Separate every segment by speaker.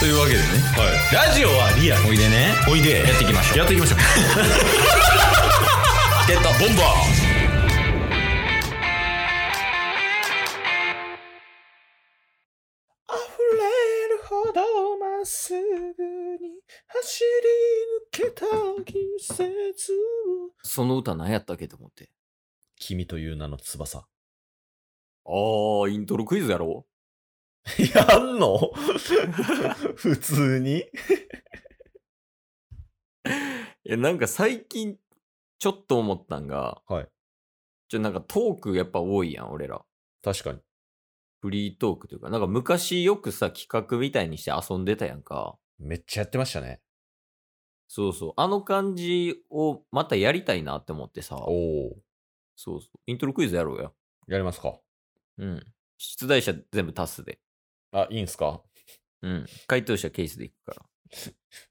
Speaker 1: というわけでね、ラジオはリアおいでね
Speaker 2: おいで
Speaker 1: やっていきましょう
Speaker 2: やっていきましょう
Speaker 1: ゲットボンバ
Speaker 3: その歌何やったっけと思って。
Speaker 2: 君という名の 翼
Speaker 3: ああ、イントロクイズやろ
Speaker 2: やん の普通に
Speaker 3: いや、なんか最近、ちょっと思ったんが、
Speaker 2: はい。
Speaker 3: ちょ、なんかトークやっぱ多いやん、俺ら。
Speaker 2: 確かに
Speaker 3: フリートークというか、なんか昔よくさ、企画みたいにして遊んでたやんか。
Speaker 2: めっちゃやってましたね
Speaker 3: そうそう。あの感じをまたやりたいなって思ってさ。
Speaker 2: おお
Speaker 3: そうそう。イントロクイズやろうよ。
Speaker 2: やりますか
Speaker 3: うん。出題者全部足すで。
Speaker 2: あいいんすか
Speaker 3: うん。回答者ケースでいくから。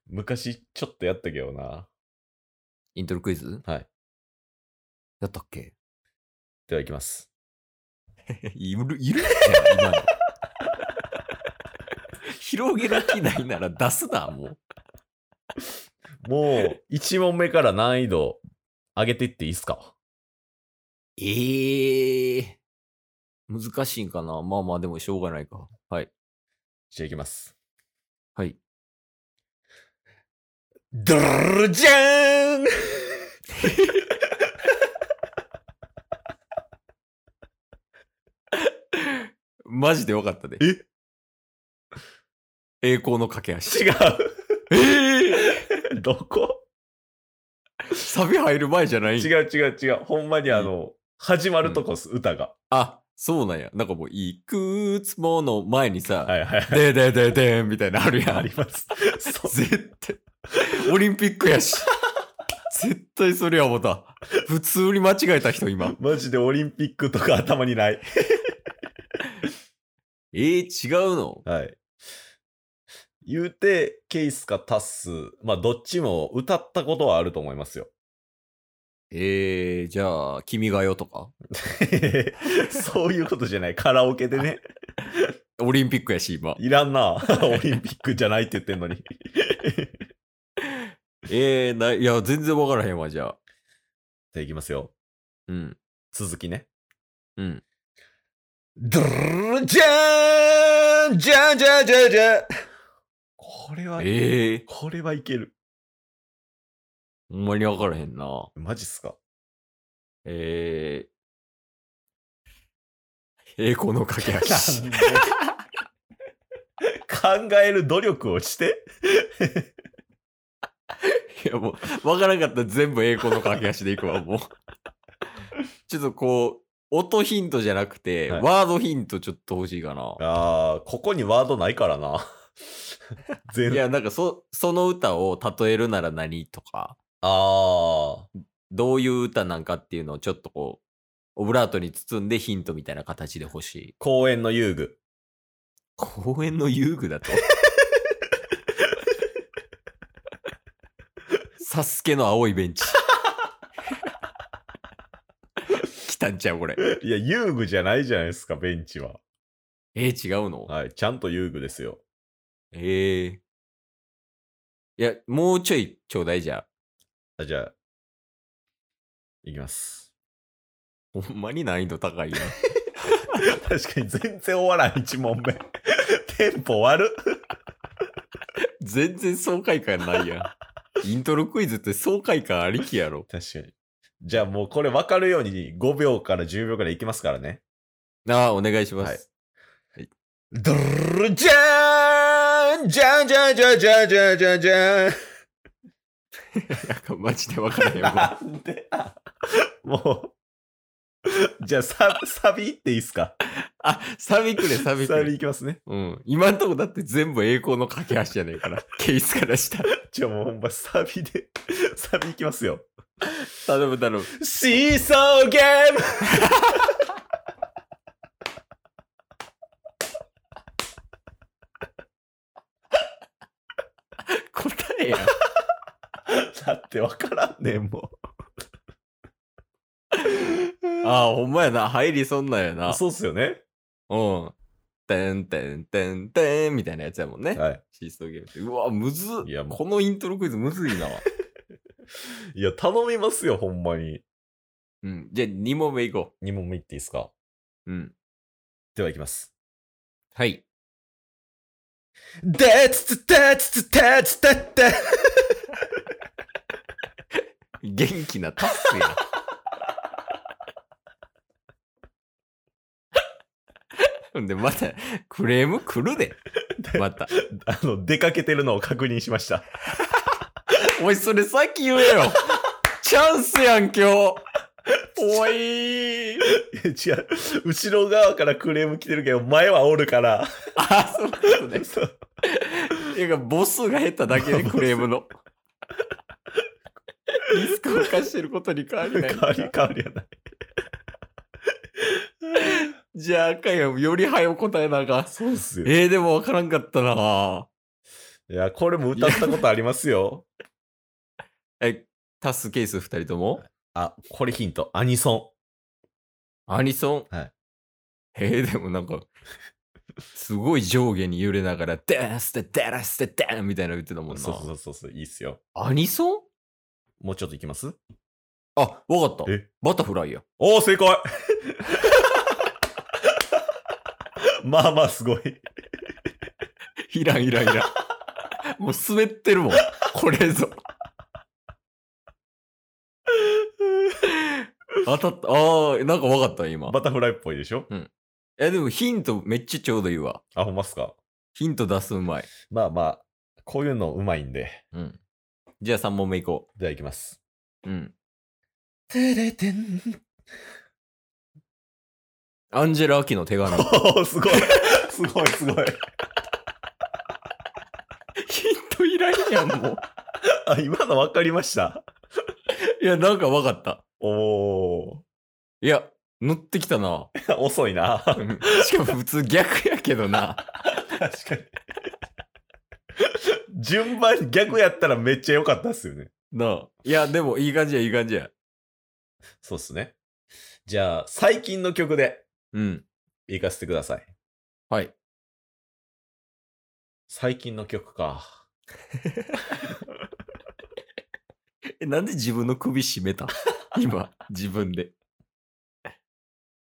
Speaker 2: 昔ちょっとやったけどな
Speaker 3: イントロクイズ
Speaker 2: はい。
Speaker 3: やったっけ
Speaker 2: ではいきます
Speaker 3: いる、いる今の広げる気ないなら出すな、もう。
Speaker 2: もう1問目から難易度上げていっていいっすか
Speaker 3: ええ難しいんかなまあまあ、でもしょうがないか。はい。
Speaker 2: じゃあいきます
Speaker 3: はい。
Speaker 2: ドルルじゃーん
Speaker 3: マジで分かったで。え栄光の架け足。
Speaker 2: 違
Speaker 3: ええ
Speaker 2: う どこ
Speaker 3: サビ入る前じゃない
Speaker 2: 違う違う違うほんまにあの始まるとこっす歌が
Speaker 3: あ、そうなんや。なんかもう、いくつもの前にさ、
Speaker 2: はいはい
Speaker 3: ででででんみたいなのあるやん。
Speaker 2: あります。そう
Speaker 3: 絶対。オリンピッ クやし。絶対それは思った。普通に間違えた人今。
Speaker 2: マジでオリンピックとか頭にない。
Speaker 3: えー、違うの
Speaker 2: はい。言うて、ケイスかタッス、まあどっちも歌ったことはあると思いますよ。
Speaker 3: えー、じゃあ、君が代とか
Speaker 2: そういうことじゃない。カラオケでね。
Speaker 3: オリンピックやし、今。
Speaker 2: いらんな。オリンピックじゃないって言ってんのに。
Speaker 3: えー、な、いや、全然わからへんわ、じゃあ。
Speaker 2: じゃあいきますよ。
Speaker 3: うん。
Speaker 2: 続きね。
Speaker 3: うん。
Speaker 2: ドゥルルじゃーんじゃんじゃんじゃんじゃんこれは、
Speaker 3: えー、
Speaker 2: これはいける。
Speaker 3: ほんまにわからへんな。
Speaker 2: マジっすか
Speaker 3: えー、栄光の架け
Speaker 2: な
Speaker 3: 橋。
Speaker 2: んで考える努力をして
Speaker 3: いやもう、わからんかったら全部栄光の駆け足でいくわ、も う。ちょっとこう、音ヒントじゃなくて、
Speaker 2: はい
Speaker 3: ワードヒントちょっと欲しいかな。
Speaker 2: ああここにワードないからな全
Speaker 3: い
Speaker 2: 然
Speaker 3: や、なんかそ、その歌を例えるなら何とか、
Speaker 2: ああ
Speaker 3: どういう歌なんかっていうのをちょっとこう、オブラートに包んでヒントみたいな形で欲しい。
Speaker 2: 公園の遊具
Speaker 3: 公園の遊具 だとサスケの青いベンチ。来たんちゃうこれ。
Speaker 2: いや遊具じゃないじゃないですかベンチは
Speaker 3: えー、違うの
Speaker 2: はいちゃんと遊具ですよ
Speaker 3: ええいや、もうちょいちょうだいじゃ
Speaker 2: あじゃあいきます
Speaker 3: あ。ほん まに難易度高いな。
Speaker 2: 確かに全然終わらん1問目 テンポ悪っ
Speaker 3: 全然爽快感ないやん。イントロクイズって爽快感ありきやろ。
Speaker 2: 確かにじゃあもうこれ分かるように5秒から10秒からいいきますからね
Speaker 3: ああ、お願いします。
Speaker 2: はいドゥルルじゃーんじゃんじゃんじゃんじゃんじゃんじゃんじゃん
Speaker 3: なんかマジでわからへんわ。
Speaker 2: なんであもう。じゃあサ、サビっていいっすか
Speaker 3: あ、サビくれ、サビく
Speaker 2: サビ
Speaker 3: れ。
Speaker 2: いきますね。
Speaker 3: うん。今んとこだって全部栄光の架け橋やねん から。ケースからしたら。
Speaker 2: じゃあもうほんまサビで、 サビいきますよ。
Speaker 3: 頼む頼む。
Speaker 2: シーソーゲーム
Speaker 3: 答 えやん。
Speaker 2: だってわからんねん、もう。
Speaker 3: ああ、ほんまやな。入りそんなんやな。
Speaker 2: そうっすよね。
Speaker 3: うん。てんてんてんてんみたいなやつやもんね。
Speaker 2: はい。
Speaker 3: シーソーゲームって。うわ、むずっ
Speaker 2: いやもう
Speaker 3: このイントロクイズむず いな。
Speaker 2: いや、頼みますよ、ほんまに。
Speaker 3: うん。じゃあ2問目いこ
Speaker 2: 2問目いっていいですか
Speaker 3: う。うん。
Speaker 2: では行きます。
Speaker 3: はい。
Speaker 2: でつつてつつてつてって。
Speaker 3: 元気なタッスや。ほんで、また、クレーム来るで。また。
Speaker 2: あの、出かけてるのを確認しました。
Speaker 3: おい、それさっき言えよ。チャンスやん、今日。おい
Speaker 2: 違う。後ろ側からクレーム来てるけど、前はおるから。
Speaker 3: あ、そういうことね。
Speaker 2: そう
Speaker 3: いや、ボスが減っただけで、クレームの。リスクを犯してることに変わりない
Speaker 2: 変。わり変わりやない。
Speaker 3: じゃあ、赤やより早く答えなあかん。
Speaker 2: そうっすよ。
Speaker 3: えー、でも分からんかったない
Speaker 2: や、これも歌ったことありますよ。
Speaker 3: え、タスケース2人とも
Speaker 2: あ、これヒント。アニソ
Speaker 3: アニソン。
Speaker 2: はい。
Speaker 3: えー、でもなんか、すごい上下に揺れながら、デーステデラステデンみたいなの言ってたもん
Speaker 2: ン。
Speaker 3: な。
Speaker 2: そうそうそうそう、いいっすよ。
Speaker 3: アニソン
Speaker 2: もうちょっといきます
Speaker 3: あ、わかった
Speaker 2: え。
Speaker 3: バタフライや。
Speaker 2: おお、正 解まあまあ、すごい。
Speaker 3: いらんいらんいらん。 もう滑ってるもん。これぞ。当たった。ああ、なんかわかった、今。
Speaker 2: バタフライっぽいでしょ
Speaker 3: え、でもヒントめっちゃちょうどいいわ。
Speaker 2: あ、ほんまっすか
Speaker 3: ヒント出すうまい。
Speaker 2: まあまあ、こういうのうまいんで。
Speaker 3: うん。じゃあ3問目いこ
Speaker 2: では、いきます。
Speaker 3: う。うん。
Speaker 2: てれてん。
Speaker 3: アンジェラ・アキの手
Speaker 2: お
Speaker 3: 紙。
Speaker 2: お、 すごい。すごい、すごい。
Speaker 3: ヒントいらんやん、もう。
Speaker 2: あ、今の分かりました。
Speaker 3: いや、なんかわかった。
Speaker 2: おお。
Speaker 3: いや、乗ってきたな。
Speaker 2: 遅いな。
Speaker 3: う
Speaker 2: 確
Speaker 3: んしかも普通逆やけどな。
Speaker 2: かに。順番逆やったらめっちゃ良かったっすよね。
Speaker 3: なあ。いや、でもいい感じや、いい感じや。
Speaker 2: そうっすね。じゃあ、最近の曲で
Speaker 3: うん。
Speaker 2: 行かせてください。
Speaker 3: はい。
Speaker 2: 最近の曲か。
Speaker 3: え、なんで自分の首絞めた 今、自分で。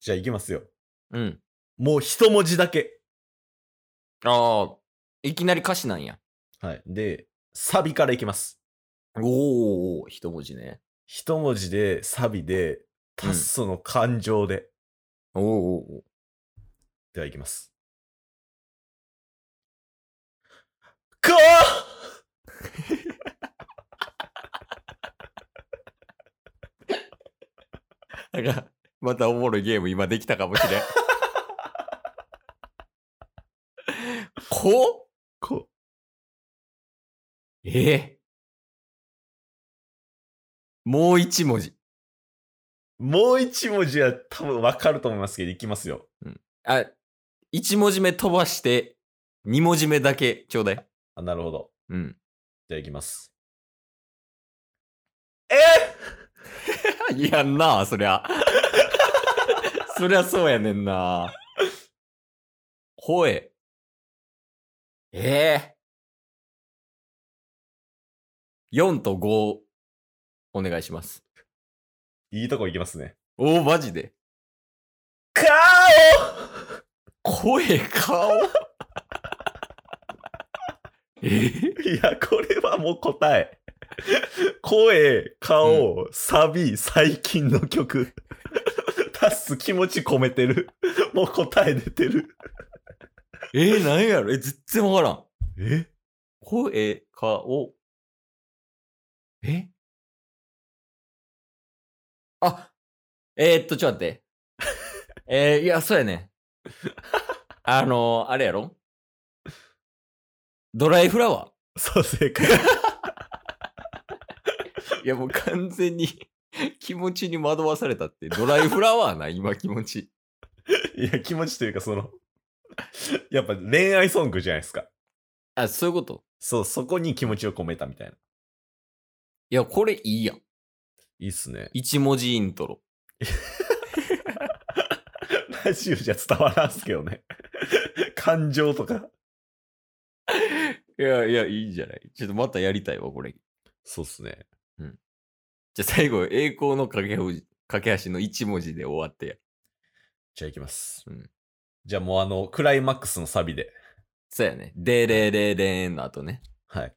Speaker 2: じゃあ、行きますよ。
Speaker 3: うん。
Speaker 2: もう一文字だけ。
Speaker 3: ああ、いきなり歌詞なんや。
Speaker 2: はい。で、サビから行きます。
Speaker 3: おお、一文字ね。
Speaker 2: 一文字で、サビで、タッソの感情で。
Speaker 3: おーお
Speaker 2: では行きます。こ
Speaker 3: ー、なんか、またおもろいゲーム今できたかもしれん。 こ
Speaker 2: うこ
Speaker 3: うええもう一文字。
Speaker 2: もう一文字は多分わかると思いますけど、行きますよ。
Speaker 3: あ、一文字目飛ばして、二文字目だけちょうだい。
Speaker 2: あ、なるほど。
Speaker 3: うん。
Speaker 2: では行きます。
Speaker 3: いやんなあ、そりゃ。 そりゃそうやねんな。声。ええ4と5お願いします。
Speaker 2: いいとこ行きますね。
Speaker 3: おお、マジで。
Speaker 2: 顔
Speaker 3: 声、 顔。ええ
Speaker 2: いや、これはもう答え。声、顔、サビ、最近の曲。タッス気持ち込めてる。もう答え出てる。
Speaker 3: ええなんやろえ、全然わからん。
Speaker 2: え
Speaker 3: 声、顔。えあ、えー、っと、ちょっと待って。えー、いや、そうやね。あのー、あれやろドライフラワ
Speaker 2: そう、正解。
Speaker 3: ー。いや、もう完全に 気持ちに惑わされたって。ドライフラワーな、今気持ち。
Speaker 2: いや、気持ちというか、その、やっぱ恋愛ソングじゃないですか。
Speaker 3: あ、そういうこと。
Speaker 2: そう、そこに気持ちを込めたみたいな。
Speaker 3: いや、これいいやん。
Speaker 2: いいっすね。
Speaker 3: 一文字イントロ。
Speaker 2: ラジオじゃ伝わらんすけどね。感情とか。
Speaker 3: いやいや、いいんじゃないちょっとまたやりたいわ、これ。
Speaker 2: そうっすね。
Speaker 3: じゃあ 最後、栄光の架け橋架け橋の一文字で終わってや。
Speaker 2: じゃあ行きます。
Speaker 3: うん
Speaker 2: じゃあもうあの、クライマックスのサビで。
Speaker 3: そうやね。でれれれーんの後 ね。
Speaker 2: はい。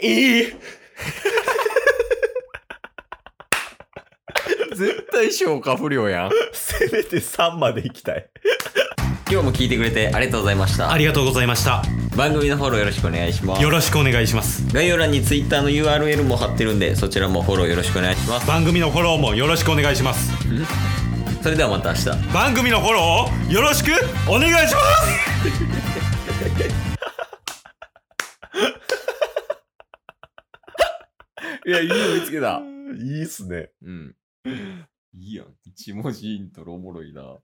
Speaker 2: ええ
Speaker 3: 絶対消化不良やん。
Speaker 2: せめて3まで行きたい。
Speaker 3: 今日も聞いてくれてありがとうございました。
Speaker 1: ありがとうございました
Speaker 3: 番組のフォローよろしくお願いします
Speaker 1: よ。ろしくお願いします
Speaker 3: 概要欄に Twitter の URL も貼ってるんで、そちらもフォローよろしくお願いします。
Speaker 1: 番組のフォローもよろしくお願いします
Speaker 3: それではまた明日。
Speaker 1: 番組のフォローをよろしくお願いします
Speaker 3: いや、いいの見つけた。
Speaker 2: いいっすね。
Speaker 3: うん。いいやん。一文字イントロおもろいな。